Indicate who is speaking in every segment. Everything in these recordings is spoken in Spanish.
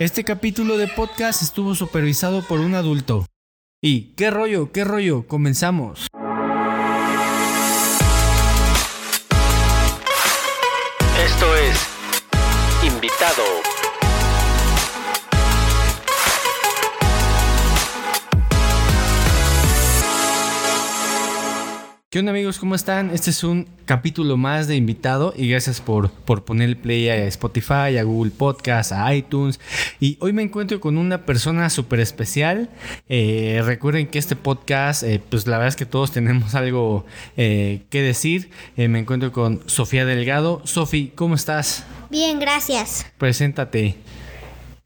Speaker 1: Este capítulo de podcast estuvo supervisado por un adulto. Y, ¿qué rollo? ¿Qué rollo? Comenzamos.
Speaker 2: Esto es Invitado.
Speaker 1: ¿Qué onda amigos? ¿Cómo están? Este es un capítulo más de invitado y gracias por, por poner el play a Spotify, a Google Podcast, a iTunes. Y hoy me encuentro con una persona súper especial. Eh, recuerden que este podcast, eh, pues la verdad es que todos tenemos algo eh, que decir. Eh, me encuentro con Sofía Delgado. Sofi, ¿cómo estás?
Speaker 3: Bien, gracias.
Speaker 1: Preséntate.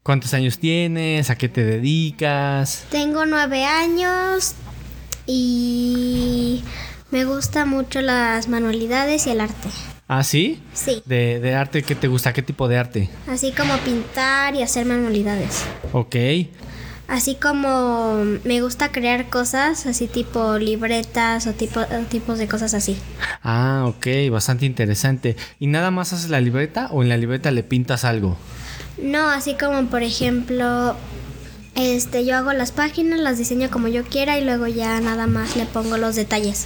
Speaker 1: ¿Cuántos años tienes? ¿A qué te dedicas?
Speaker 3: Tengo nueve años y me gusta mucho las manualidades y el arte.
Speaker 1: ¿Ah, sí?
Speaker 3: Sí,
Speaker 1: ¿De, de arte qué te gusta? ¿Qué tipo de arte?
Speaker 3: así como pintar y hacer manualidades.
Speaker 1: Ok.
Speaker 3: Así como me gusta crear cosas, así tipo libretas o, tipo, o tipos de cosas así.
Speaker 1: Ah, ok, bastante interesante. ¿Y nada más haces la libreta o en la libreta le pintas algo?
Speaker 3: No, así como por ejemplo, este, yo hago las páginas, las diseño como yo quiera y luego ya nada más le pongo los detalles.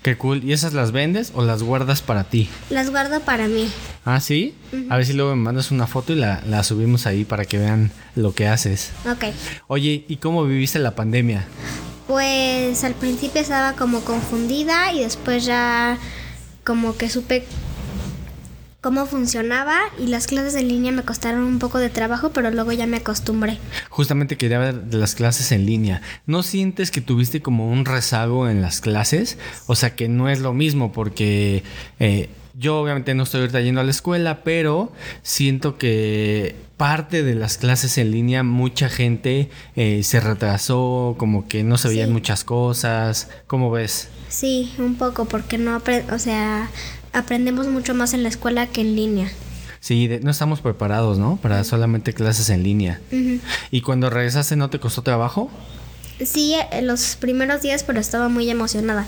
Speaker 1: Qué cool. ¿Y esas las vendes o las guardas para ti?
Speaker 3: Las guardo para mí.
Speaker 1: Ah, sí. A ver si luego me mandas una foto y la, la subimos ahí para que vean lo que haces.
Speaker 3: Ok.
Speaker 1: Oye, ¿y cómo viviste la pandemia?
Speaker 3: Pues al principio estaba como confundida y después ya como que supe cómo funcionaba y las clases en línea me costaron un poco de trabajo, pero luego ya me acostumbré.
Speaker 1: Justamente quería ver de las clases en línea. ¿No sientes que tuviste como un rezago en las clases? O sea, que no es lo mismo porque eh, yo obviamente no estoy ahorita yendo a la escuela, pero siento que parte de las clases en línea mucha gente eh, se retrasó, como que no se veían
Speaker 3: Sí.
Speaker 1: muchas cosas. ¿Cómo ves?
Speaker 3: Sí, un poco, porque no, apre- o sea, aprendemos mucho más en la escuela que en línea.
Speaker 1: Sí, de- no estamos preparados, ¿no? Para solamente clases en línea.
Speaker 3: Ujú.
Speaker 1: ¿Y cuando regresaste no te costó trabajo?
Speaker 3: Sí, eh, los primeros días, pero estaba muy emocionada,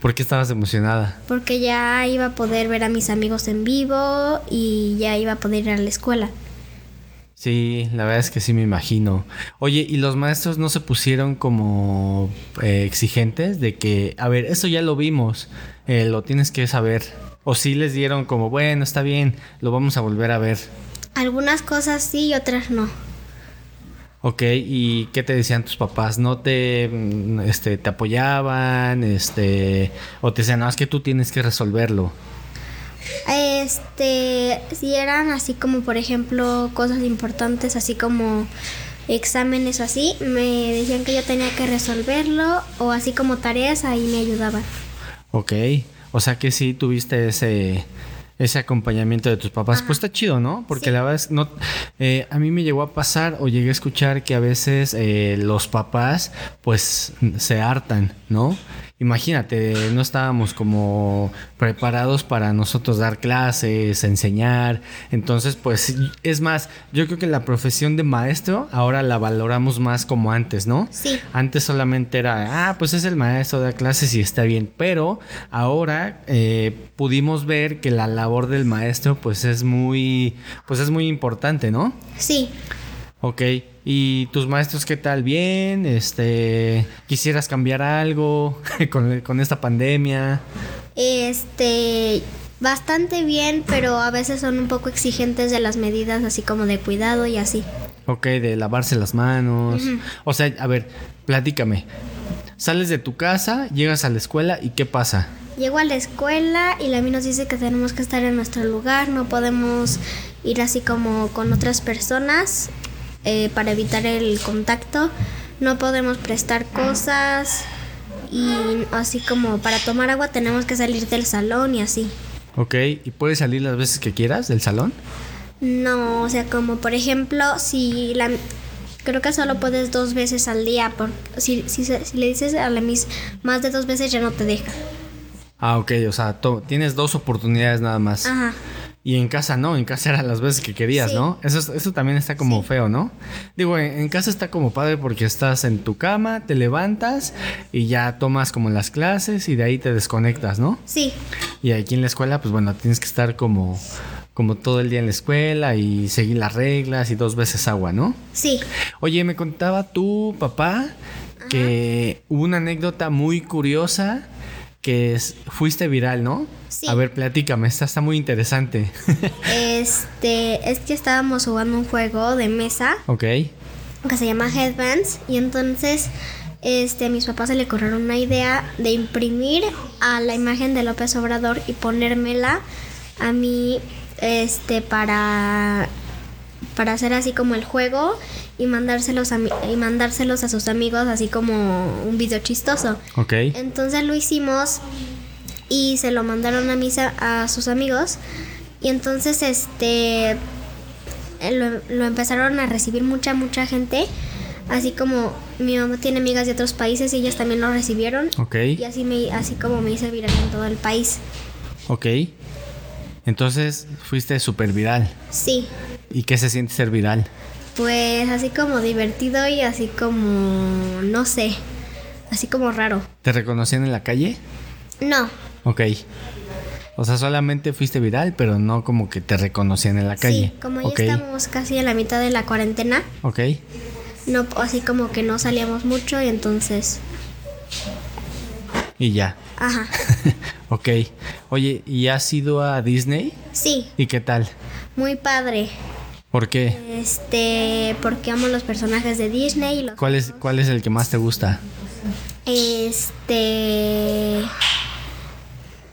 Speaker 1: ¿Por qué estabas emocionada?
Speaker 3: porque ya iba a poder ver a mis amigos en vivo y ya iba a poder ir a la escuela.
Speaker 1: Sí, la verdad es que sí me imagino. Oye, ¿y los maestros no se pusieron como eh, exigentes de que, a ver, esto ya lo vimos, eh, lo tienes que saber? ¿O sí les dieron como, bueno, está bien, lo vamos a volver a ver?
Speaker 3: Algunas cosas sí y otras no.
Speaker 1: Ok, ¿y qué te decían tus papás? ¿No te, mm, este, te apoyaban? Este, ¿O te decían, no, es que tú tienes que resolverlo?
Speaker 3: Este, si eran así como, por ejemplo, cosas importantes, así como exámenes o así, me decían que yo tenía que resolverlo o así como tareas, ahí me ayudaban.
Speaker 1: Ok, o sea que sí tuviste ese, ese acompañamiento de tus papás. Pues está chido, ¿no? Porque
Speaker 3: Sí.
Speaker 1: la verdad es, no, eh, a mí me llegó a pasar o llegué a escuchar que a veces eh, los papás pues se hartan, ¿no? Imagínate, no estábamos como preparados para nosotros dar clases, enseñar. Entonces, pues, es más, yo creo que la profesión de maestro ahora la valoramos más como antes, ¿no?
Speaker 3: Sí.
Speaker 1: Antes solamente era, ah, pues es el maestro, da clases y está bien, pero ahora eh, pudimos ver que la labor del maestro pues es muy, pues es muy importante, ¿no?
Speaker 3: Sí,
Speaker 1: Ok, ¿y tus maestros qué tal? ¿Bien? Este, ¿Quisieras cambiar algo con, con esta pandemia?
Speaker 3: este, bastante bien, pero a veces son un poco exigentes de las medidas, así como de cuidado y así.
Speaker 1: Ok, de lavarse las manos. O sea, a ver, platícame. Sales de tu casa, llegas a la escuela y ¿qué pasa?
Speaker 3: Llego a la escuela y la mi nos dice que tenemos que estar en nuestro lugar, no podemos ir así como con otras personas eh, para evitar el contacto, no podemos prestar cosas y así como para tomar agua tenemos que salir del salón y así.
Speaker 1: Ok, ¿y puedes salir las veces que quieras del salón?
Speaker 3: No, o sea, como por ejemplo, si la... Creo que solo puedes dos veces al día, por, si, si, se- si le dices a la mis más de dos veces ya no te deja.
Speaker 1: Ah, ok, o sea, to- tienes dos oportunidades nada más.
Speaker 3: Ajá.
Speaker 1: Y en casa no, en casa era las veces que querías,
Speaker 3: Sí.
Speaker 1: ¿no? Eso, es- eso también está como feo, ¿no? Digo, en, en casa está como padre porque estás en tu cama, te levantas y ya tomas como las clases y de ahí te desconectas, ¿no?
Speaker 3: Sí,
Speaker 1: Y aquí en la escuela, pues bueno, tienes que estar como, como todo el día en la escuela y seguir las reglas y dos veces agua, ¿no?
Speaker 3: Sí,
Speaker 1: Oye, me contaba tu papá que hubo una anécdota muy curiosa que es, fuiste viral, ¿no?
Speaker 3: Sí.
Speaker 1: A ver, platícame, esta está muy interesante.
Speaker 3: este, es que estábamos jugando un juego de mesa
Speaker 1: ok,
Speaker 3: que se llama Headbands y entonces este, a mis papás se le corrieron una idea de imprimir a la imagen de López Obrador y ponérmela a mí este, para, para hacer así como el juego y mandárselos a, mi- y mandárselos a sus amigos así como un video chistoso.
Speaker 1: ok.
Speaker 3: Entonces lo hicimos y se lo mandaron a mis a sus amigos y entonces este eh, lo, lo empezaron a recibir mucha mucha gente así como mi mamá tiene amigas de otros países y ellas también lo recibieron
Speaker 1: Ok,
Speaker 3: y así me así como me hice viral en todo el país
Speaker 1: ok. Entonces fuiste súper viral.
Speaker 3: sí
Speaker 1: ¿Y qué se siente ser viral?
Speaker 3: pues así como divertido y así como no sé así como raro
Speaker 1: ¿Te reconocían en la calle?
Speaker 3: no
Speaker 1: Ok. O sea, solamente fuiste viral, pero no como que te reconocían en la calle.
Speaker 3: sí como ya
Speaker 1: ok,
Speaker 3: estamos casi en la mitad de la cuarentena
Speaker 1: ok.
Speaker 3: No, así como que no salíamos mucho y entonces,
Speaker 1: Y ya.
Speaker 3: ajá,
Speaker 1: ok. Oye, ¿y has ido a Disney?
Speaker 3: sí,
Speaker 1: ¿Y qué tal?
Speaker 3: muy padre.
Speaker 1: ¿Por qué?
Speaker 3: Este, porque amo los personajes de Disney y los
Speaker 1: ¿Cuál es, cuál es el que más te gusta?
Speaker 3: este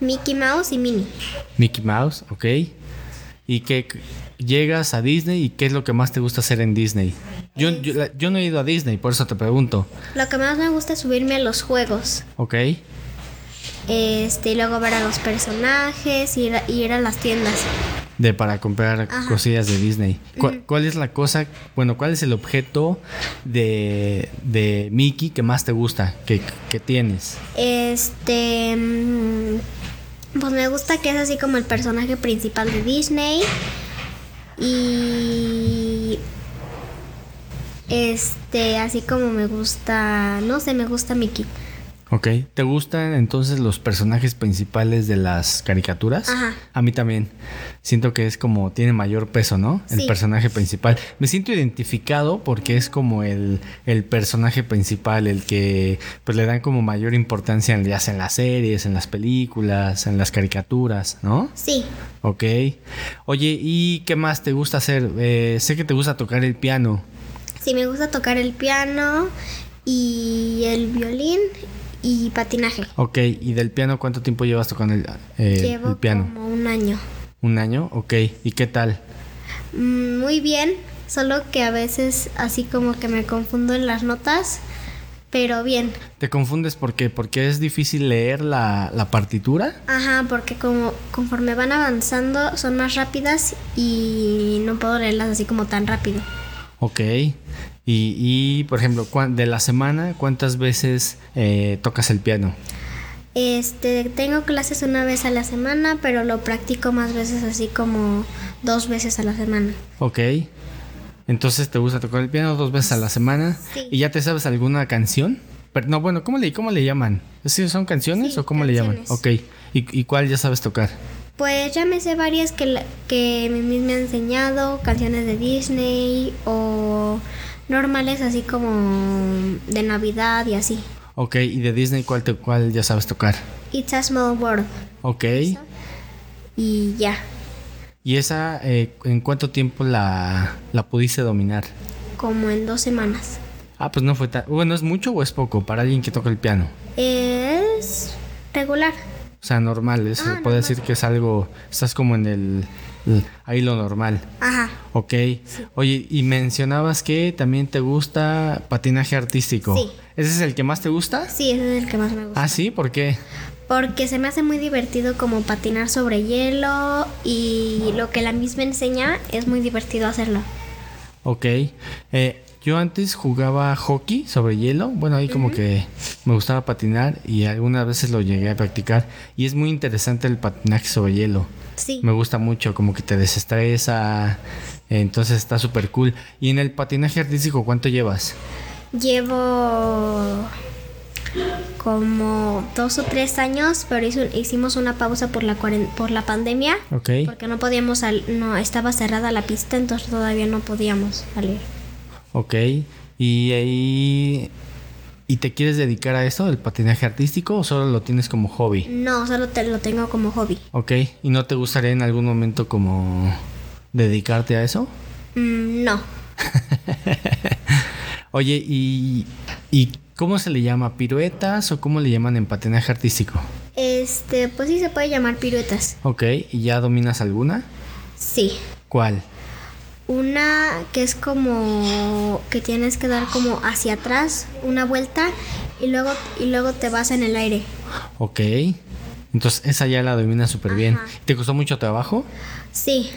Speaker 3: Mickey Mouse y Minnie.
Speaker 1: Mickey Mouse, ok. ¿Y qué llegas a Disney y qué es lo que más te gusta hacer en Disney? Yo, yo, la- yo no he ido a Disney, por eso te pregunto.
Speaker 3: Lo que más me gusta es subirme a los juegos.
Speaker 1: Ok,
Speaker 3: Este, y luego ver a los personajes y ir a, ir a las tiendas.
Speaker 1: de para comprar
Speaker 3: Ajá.
Speaker 1: cosillas de Disney. ¿Cuál, cuál es la cosa, bueno, cuál es el objeto de, de Mickey que más te gusta, que, que tienes?
Speaker 3: Este. mm, Pues me gusta que es así como el personaje principal de Disney. Y. Este, así como me gusta. No sé, me gusta Mickey.
Speaker 1: Ok, ¿te gustan entonces los personajes principales de las caricaturas?
Speaker 3: Ajá.
Speaker 1: A mí también. Siento que es como tiene mayor peso, ¿no? El
Speaker 3: Sí.
Speaker 1: personaje principal. Me siento identificado porque es como el, el personaje principal, el que pues le dan como mayor importancia en, ya sea en las series, en las películas, en las caricaturas, ¿no?
Speaker 3: Sí,
Speaker 1: Ok. Oye, ¿y qué más te gusta hacer? Eh, sé que te gusta tocar el piano.
Speaker 3: sí, me gusta tocar el piano y el violín y patinaje.
Speaker 1: Ok, ¿y del piano cuánto tiempo llevas tocando el, eh,
Speaker 3: Llevo
Speaker 1: el piano?
Speaker 3: como un año.
Speaker 1: ¿Un año? Ok. ¿Y qué tal?
Speaker 3: Mm, Muy bien, solo que a veces así como que me confundo en las notas, pero bien.
Speaker 1: ¿Te confundes por qué? ¿Porque es difícil leer la, la partitura?
Speaker 3: Ajá, porque como conforme van avanzando son más rápidas y no puedo leerlas así como tan rápido.
Speaker 1: Ok. Y, y, por ejemplo, cuán- de la semana, ¿cuántas veces eh, tocas el piano?
Speaker 3: Este, tengo clases una vez a la semana, pero lo practico más veces así como dos veces a la semana.
Speaker 1: Ok. Entonces, ¿te gusta tocar el piano dos veces a la semana?
Speaker 3: Sí.
Speaker 1: ¿Y ya te sabes alguna canción? Pero, no, bueno, ¿cómo le, cómo le llaman? ¿Sí ¿Son canciones
Speaker 3: Sí,
Speaker 1: o cómo
Speaker 3: canciones.
Speaker 1: le llaman? Ok. ¿Y, ¿Y cuál ya sabes tocar?
Speaker 3: Pues ya me sé varias que, la- que mi misma ha enseñado, canciones de Disney o normales así como de Navidad y así.
Speaker 1: Ok. ¿Y de Disney cuál, te, cuál ya sabes tocar?
Speaker 3: It's a Small World
Speaker 1: Ok.
Speaker 3: y ya,
Speaker 1: ¿Y esa eh, en cuánto tiempo la, la pudiste dominar?
Speaker 3: como en dos semanas.
Speaker 1: Ah, pues no fue tan... Bueno, ¿es mucho o es poco para alguien que toca el piano?
Speaker 3: Es regular.
Speaker 1: O sea, normal, es,
Speaker 3: Ah,
Speaker 1: puede
Speaker 3: normal.
Speaker 1: decir que es algo... Estás como en el... el- ahí lo normal.
Speaker 3: Ajá.
Speaker 1: Ok. Oye, y mencionabas que también te gusta patinaje artístico.
Speaker 3: Sí.
Speaker 1: ¿Ese es el que más te gusta?
Speaker 3: Sí, ese es el que más me gusta.
Speaker 1: Ah, sí, ¿por qué?
Speaker 3: Porque se me hace muy divertido como patinar sobre hielo y lo que la misma enseña es muy divertido hacerlo.
Speaker 1: Ok. Eh, yo antes jugaba hockey sobre hielo. Bueno, ahí como que me gustaba patinar y algunas veces lo llegué a practicar. Y es muy interesante el patinaje sobre hielo.
Speaker 3: Sí.
Speaker 1: Me gusta mucho, como que te desestresa. Entonces está súper cool. ¿Y en el patinaje artístico cuánto llevas?
Speaker 3: Llevo como dos o tres años, pero hizo- hicimos una pausa por la, cuaren- por la pandemia.
Speaker 1: Ok.
Speaker 3: Porque no podíamos sal- no estaba cerrada la pista, entonces todavía no podíamos salir.
Speaker 1: Ok. Y ahí. ¿Y te quieres dedicar a esto, del patinaje artístico, o solo lo tienes como hobby?
Speaker 3: No, solo te lo tengo como hobby.
Speaker 1: Ok. ¿Y no te gustaría en algún momento como dedicarte a eso?
Speaker 3: Mm, no.
Speaker 1: Oye, ¿y, ¿y cómo se le llama? ¿Piruetas o cómo le llaman en patinaje artístico?
Speaker 3: Este, pues sí se puede llamar piruetas.
Speaker 1: Ok. ¿Y ya dominas alguna?
Speaker 3: Sí.
Speaker 1: ¿Cuál?
Speaker 3: Una que es como que tienes que dar como hacia atrás una vuelta y luego y luego te vas en el aire.
Speaker 1: Ok. Entonces esa ya la dominas súper bien.
Speaker 3: Ajá.
Speaker 1: ¿Te costó mucho trabajo?
Speaker 3: Sí.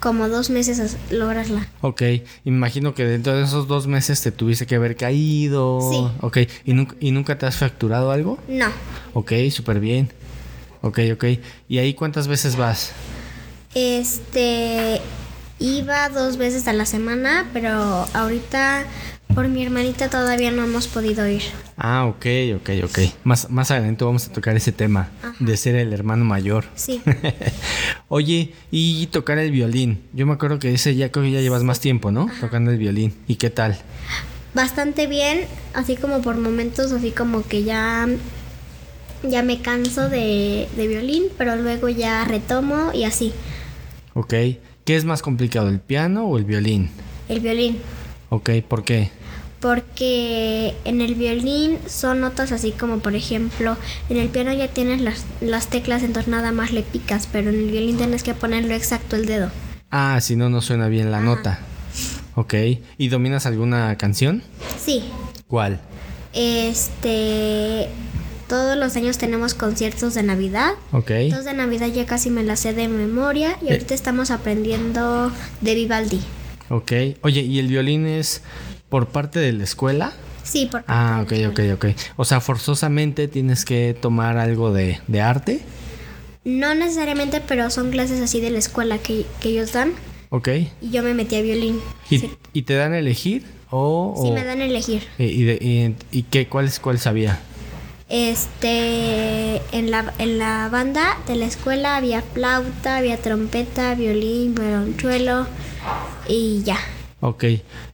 Speaker 3: Como dos meses as- lograrla.
Speaker 1: Ok, imagino que dentro de esos dos meses te tuviste que haber caído.
Speaker 3: Sí.
Speaker 1: Ok, ¿y, nunca- y nunca te has fracturado algo?
Speaker 3: No.
Speaker 1: Ok, súper bien. Ok, ok. ¿Y ahí cuántas veces vas?
Speaker 3: Este iba dos veces a la semana, pero ahorita por mi hermanita todavía no hemos podido ir.
Speaker 1: Ah, ok, ok, ok. Más, más adelante vamos a tocar ese tema
Speaker 3: Ajá.
Speaker 1: de ser el hermano mayor.
Speaker 3: Sí.
Speaker 1: Oye, y tocar el violín. Yo me acuerdo que ese ya creo que ya llevas más tiempo, ¿no? Tocando el violín. ¿Y qué tal?
Speaker 3: bastante bien, así como por momentos, así como que ya, ya me canso de, de violín, pero luego ya retomo y así,
Speaker 1: Ok. ¿Qué es más complicado, el piano o el violín?
Speaker 3: el violín.
Speaker 1: Ok, ¿por qué?
Speaker 3: Porque en el violín son notas así como por ejemplo, en el piano ya tienes las, las teclas, entonces nada más le picas, pero en el violín tienes que ponerlo exacto el dedo.
Speaker 1: Ah, si no, no suena bien la
Speaker 3: Ajá.
Speaker 1: nota. Ok. ¿Y dominas alguna canción?
Speaker 3: Sí,
Speaker 1: ¿Cuál?
Speaker 3: este... Todos los años tenemos conciertos de Navidad.
Speaker 1: Ok.
Speaker 3: Entonces de Navidad ya casi me la sé de memoria y ahorita estamos aprendiendo de Vivaldi.
Speaker 1: Ok. Oye, ¿y el violín es por parte de la escuela?
Speaker 3: Sí, porque
Speaker 1: Ah, ok, ok, ok. O sea, forzosamente tienes que tomar algo de, de arte.
Speaker 3: no necesariamente, pero son clases así de la escuela que, que ellos dan
Speaker 1: Ok.
Speaker 3: y yo me metí a violín.
Speaker 1: ¿Y,
Speaker 3: Sí,
Speaker 1: y te dan a elegir? O,
Speaker 3: sí
Speaker 1: o-
Speaker 3: me dan a elegir.
Speaker 1: ¿Y, y de- y- y qué, cuál, es- cuál sabía?
Speaker 3: Este, en la, en la banda de la escuela había flauta, había trompeta, violín, violonchuelo y ya.
Speaker 1: Ok.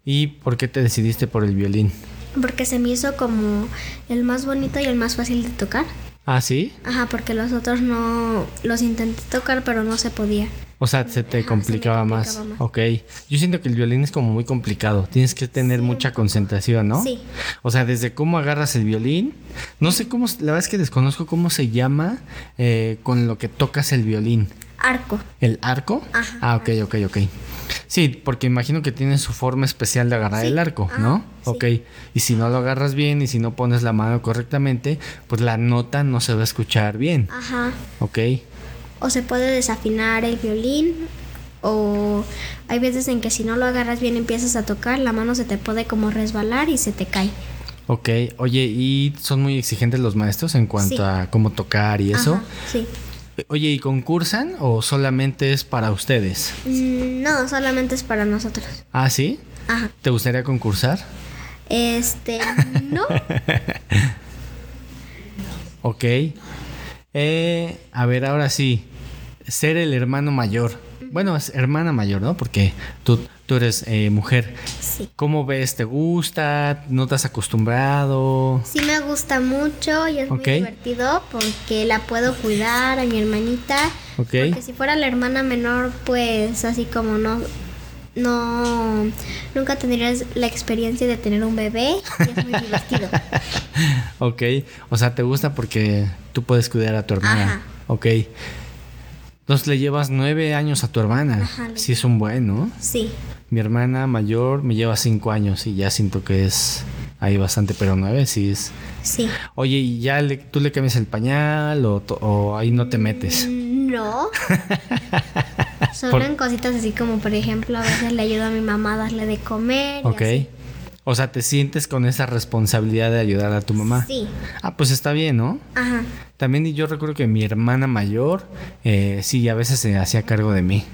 Speaker 1: ¿Y por qué te decidiste por el violín?
Speaker 3: Porque se me hizo como el más bonito y el más fácil de tocar.
Speaker 1: Ah, sí.
Speaker 3: Ajá, porque los otros no los intenté tocar, pero no se podía.
Speaker 1: O sea, se te
Speaker 3: Ajá, se me
Speaker 1: complicaba, más.
Speaker 3: complicaba más.
Speaker 1: Ok. Yo siento que el violín es como muy complicado. Tienes que tener mucha concentración, ¿no?
Speaker 3: Sí.
Speaker 1: O sea, desde cómo agarras el violín. No sé cómo, la verdad es que desconozco cómo se llama eh, con lo que tocas el violín.
Speaker 3: Arco.
Speaker 1: ¿El arco?
Speaker 3: Ajá.
Speaker 1: Ah, ok, ok, ok. Sí, porque imagino que tiene su forma especial de agarrar
Speaker 3: Sí.
Speaker 1: el arco,
Speaker 3: Ajá,
Speaker 1: ¿no?
Speaker 3: sí.
Speaker 1: Ok. Y si no lo agarras bien y si no pones la mano correctamente, pues la nota no se va a escuchar bien.
Speaker 3: Ajá.
Speaker 1: Ok.
Speaker 3: O se puede desafinar el violín. O hay veces en que si no lo agarras bien empiezas a tocar, la mano se te puede como resbalar y se te cae.
Speaker 1: Ok, oye, ¿y son muy exigentes los maestros en cuanto
Speaker 3: Sí.
Speaker 1: a cómo tocar y eso?
Speaker 3: Ajá, sí.
Speaker 1: Oye, ¿y concursan o solamente es para ustedes?
Speaker 3: Mm, No, solamente es para nosotros.
Speaker 1: Ah, ¿sí?
Speaker 3: Ajá.
Speaker 1: ¿Te gustaría concursar?
Speaker 3: Este, no.
Speaker 1: Ok. Eh, a ver, ahora sí, ser el hermano mayor. Bueno, es hermana mayor, ¿no? Porque tú, tú eres eh, mujer.
Speaker 3: Sí.
Speaker 1: ¿Cómo ves? ¿Te gusta? ¿No te has acostumbrado?
Speaker 3: Sí me gusta mucho y es
Speaker 1: Ok.
Speaker 3: muy divertido porque la puedo cuidar a mi hermanita.
Speaker 1: Ok.
Speaker 3: Porque si fuera la hermana menor, pues así como no, no, nunca tendrías la experiencia de tener un bebé. Y es muy divertido.
Speaker 1: Ok, o sea, te gusta porque tú puedes cuidar a tu hermana.
Speaker 3: Ajá.
Speaker 1: Ok. Entonces le llevas nueve años a tu hermana.
Speaker 3: Ajá, le
Speaker 1: sí, es un buen, ¿no?
Speaker 3: Sí,
Speaker 1: Mi hermana mayor me lleva cinco años y ya siento que es ahí bastante, pero nueve sí es.
Speaker 3: sí.
Speaker 1: Oye, ¿y ya le- tú le cambias el pañal o, to- o ahí no te metes?
Speaker 3: Mm, No. Solo
Speaker 1: Por-
Speaker 3: Mm, en cositas así como, por ejemplo, a veces le ayudo a mi mamá a darle de comer. y
Speaker 1: Ok.
Speaker 3: así.
Speaker 1: O sea, te sientes con esa responsabilidad de ayudar a tu mamá.
Speaker 3: Sí.
Speaker 1: Ah, pues está bien, ¿no?
Speaker 3: Ajá.
Speaker 1: También yo recuerdo que mi hermana mayor, eh, sí, a veces se hacía cargo de mí.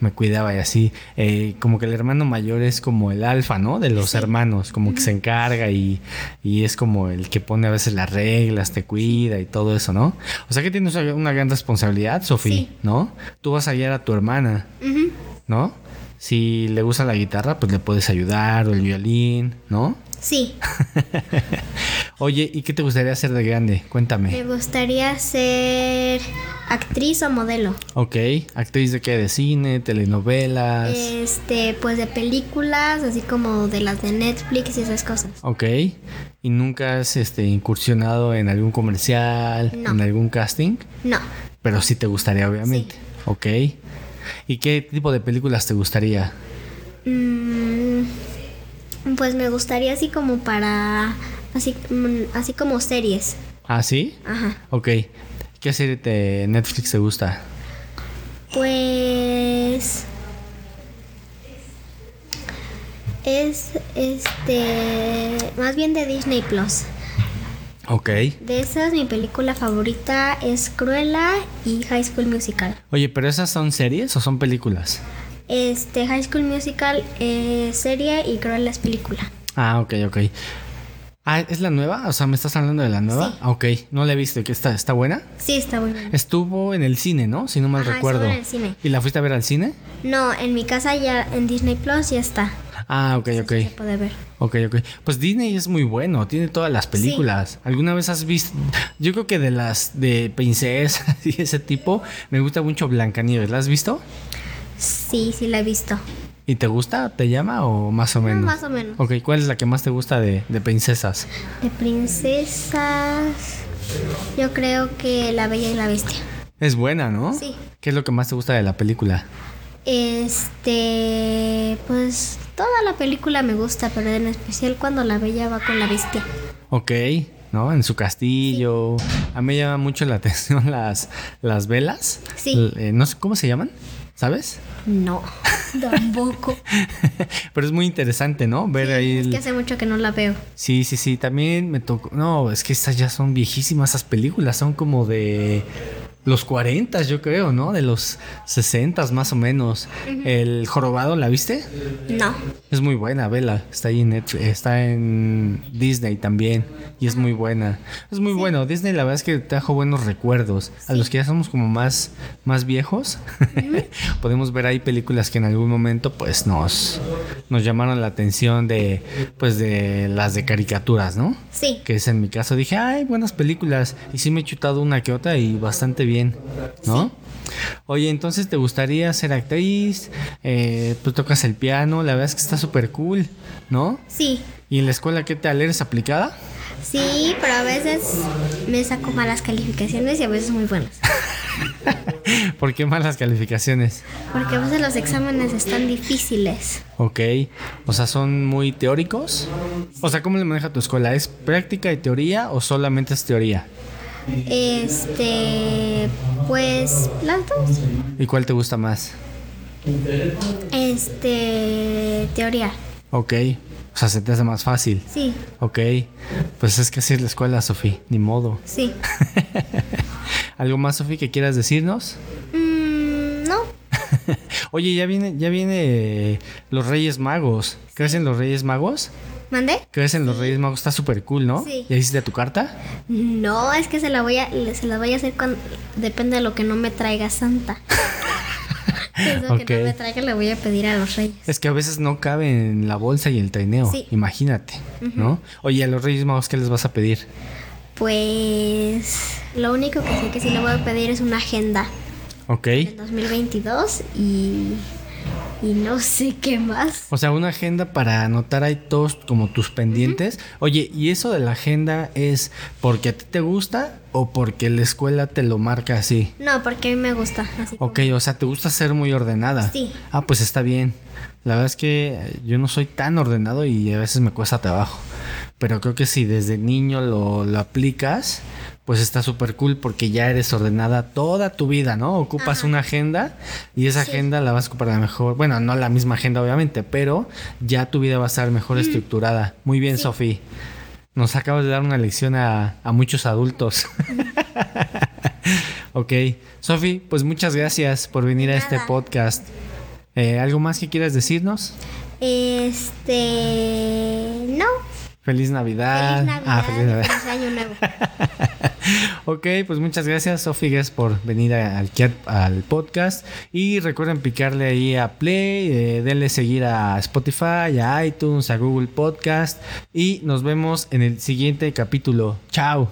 Speaker 1: Me cuidaba y así. Eh, como que el hermano mayor es como el alfa, ¿no? De los hermanos, como que se encarga y, y es como el que pone a veces las reglas, te cuida y todo eso, ¿no? O sea que tienes una gran responsabilidad, Sofía,
Speaker 3: Sí.
Speaker 1: ¿no? Tú vas a guiar a tu hermana,
Speaker 3: Ujú.
Speaker 1: ¿no? Si le gusta la guitarra, pues le puedes ayudar o el violín, ¿no?
Speaker 3: Sí.
Speaker 1: Oye, ¿y qué te gustaría hacer de grande? Cuéntame.
Speaker 3: Me gustaría ser actriz o modelo.
Speaker 1: Ok, actriz de qué, de cine, telenovelas.
Speaker 3: Este, pues de películas, así como de las de Netflix y esas cosas.
Speaker 1: Ok, ¿y nunca has este, incursionado en algún comercial,
Speaker 3: No.
Speaker 1: en algún casting?
Speaker 3: No.
Speaker 1: Pero sí te gustaría, obviamente. Ok, ¿y qué tipo de películas te gustaría?
Speaker 3: Mm, pues me gustaría así como para así mm, así como series.
Speaker 1: ¿Ah, sí?
Speaker 3: Ajá.
Speaker 1: Ok, ¿qué serie de Netflix te gusta?
Speaker 3: Pues es este más bien de Disney Plus.
Speaker 1: Ok.
Speaker 3: De esas mi película favorita es Cruella y High School Musical.
Speaker 1: Oye, ¿pero esas son series o son películas?
Speaker 3: Este High School Musical es serie y Cruella es película.
Speaker 1: Ah, ok, ok. Ah, ¿es la nueva? O sea, ¿me estás hablando de la nueva?
Speaker 3: Sí.
Speaker 1: Ah, Ok, no la he visto. ¿Qué está, ¿Está buena?
Speaker 3: Sí, está muy bien.
Speaker 1: Estuvo en el cine, ¿no? Si no mal
Speaker 3: Ajá,
Speaker 1: recuerdo.
Speaker 3: estuvo en el cine.
Speaker 1: ¿Y la fuiste a ver al cine?
Speaker 3: No, en mi casa ya en Disney Plus ya está.
Speaker 1: Ah, ok, ok.
Speaker 3: Se puede ver.
Speaker 1: Ok, ok. Pues Disney es muy bueno, tiene todas las películas. ¿Alguna vez has visto? Yo creo que de las de princesas y ese tipo, me gusta mucho Blancanieves. ¿La has visto?
Speaker 3: Sí, sí la he visto.
Speaker 1: ¿Y te gusta? ¿Te llama o más o menos?
Speaker 3: más o menos.
Speaker 1: Ok, ¿cuál es la que más te gusta de, de princesas?
Speaker 3: De princesas. Yo creo que La Bella y la Bestia.
Speaker 1: Es buena, ¿no?
Speaker 3: Sí.
Speaker 1: ¿Qué es lo que más te gusta de la película?
Speaker 3: Este, pues toda la película me gusta, pero en especial cuando la Bella va con la Bestia.
Speaker 1: Ok, ¿no? En su castillo. A mí me llama mucho la atención las, las velas.
Speaker 3: Sí.
Speaker 1: L- eh, no sé cómo se llaman, ¿sabes?
Speaker 3: No, tampoco.
Speaker 1: Pero es muy interesante, ¿no? Ver ahí.
Speaker 3: Es
Speaker 1: el-
Speaker 3: que hace mucho que no la veo.
Speaker 1: Sí, sí, sí. También me tocó. No, es que estas ya son viejísimas, esas películas. Son como de los 40, yo creo, ¿no? De los 60 más o menos. El jorobado, ¿la viste?
Speaker 3: No.
Speaker 1: Es muy buena, vela. Está ahí en Netflix- está en Disney también. Y es muy buena. Es muy bueno. Disney la verdad es que trajo buenos recuerdos. A los que ya somos como más, más viejos, podemos ver ahí películas que en algún momento pues nos, nos llamaron la atención de pues de las de caricaturas, ¿no?
Speaker 3: Sí,
Speaker 1: Que es en mi caso, dije, ay, buenas películas. Y sí me he chutado una que otra y bastante bien, ¿no? Oye, entonces te gustaría ser actriz, eh, tú tocas el piano, la verdad es que está súper cool, ¿no?
Speaker 3: sí,
Speaker 1: ¿Y en la escuela qué tal? ¿Eres aplicada?
Speaker 3: sí, pero a veces me saco malas calificaciones y a veces muy buenas.
Speaker 1: ¿Por qué malas calificaciones?
Speaker 3: Porque a veces los exámenes están difíciles.
Speaker 1: Ok, o sea, ¿son muy teóricos? O sea, ¿cómo le maneja tu escuela? ¿Es práctica y teoría o solamente es teoría?
Speaker 3: Este, pues las dos.
Speaker 1: ¿Y cuál te gusta más?
Speaker 3: Este, teoría.
Speaker 1: Ok, o sea, se te hace más fácil.
Speaker 3: Sí,
Speaker 1: Ok, pues es que así es la escuela, Sofi, ni modo.
Speaker 3: sí.
Speaker 1: ¿Algo más, Sofi, que quieras decirnos?
Speaker 3: Mm, no,
Speaker 1: Oye, ya viene, ya viene eh, los Reyes Magos. ¿Crees en los Reyes Magos?
Speaker 3: ¿mandé?
Speaker 1: ¿Crees en los Reyes Magos? Está súper cool, ¿no?
Speaker 3: Sí.
Speaker 1: ¿Ya hiciste tu carta?
Speaker 3: No, es que se la voy a, se la voy a hacer cuando depende de lo que no me traiga Santa. Eso que
Speaker 1: Ok.
Speaker 3: no me traiga le voy a pedir a los reyes.
Speaker 1: Es que a veces no cabe en la bolsa y el trineo.
Speaker 3: Sí.
Speaker 1: Imagínate, ¿no? Oye, a los Reyes Magos, ¿qué les vas a pedir?
Speaker 3: Pues lo único que sé que sí le voy a pedir es una agenda
Speaker 1: Ok.
Speaker 3: del 2022 y, y no sé qué más.
Speaker 1: O sea, una agenda para anotar ahí todos como tus pendientes. Oye, ¿y eso de la agenda es porque a ti te gusta o porque la escuela te lo marca así?
Speaker 3: No, porque a mí me gusta. Así como-
Speaker 1: Ok, o sea, ¿te gusta ser muy ordenada?
Speaker 3: Sí.
Speaker 1: Ah, pues está bien. La verdad es que eh, yo no soy tan ordenado y a veces me cuesta trabajo. Pero creo que si desde niño lo, lo aplicas, pues está súper cool porque ya eres ordenada toda tu vida, ¿no? Ocupas
Speaker 3: Ajá.
Speaker 1: una agenda y esa
Speaker 3: Sí.
Speaker 1: agenda la vas a ocupar a lo mejor, bueno, no la misma agenda obviamente, pero ya tu vida va a estar mejor
Speaker 3: Mm.
Speaker 1: estructurada. Muy bien, Sofi. Nos acabas de dar una lección a, a muchos adultos. ok, Sofi, pues muchas gracias por venir a este
Speaker 3: nada.
Speaker 1: podcast. Eh, ¿Algo más que quieras decirnos?
Speaker 3: Este. No.
Speaker 1: Feliz Navidad.
Speaker 3: feliz Navidad.
Speaker 1: Ah, feliz Navidad.
Speaker 3: feliz Año Nuevo.
Speaker 1: Ok, pues muchas gracias, Sofi, gracias por venir a- al, chat- al podcast. Y recuerden picarle ahí a Play, eh, denle seguir a Spotify, a iTunes, a Google Podcast. Y nos vemos en el siguiente capítulo. Chao.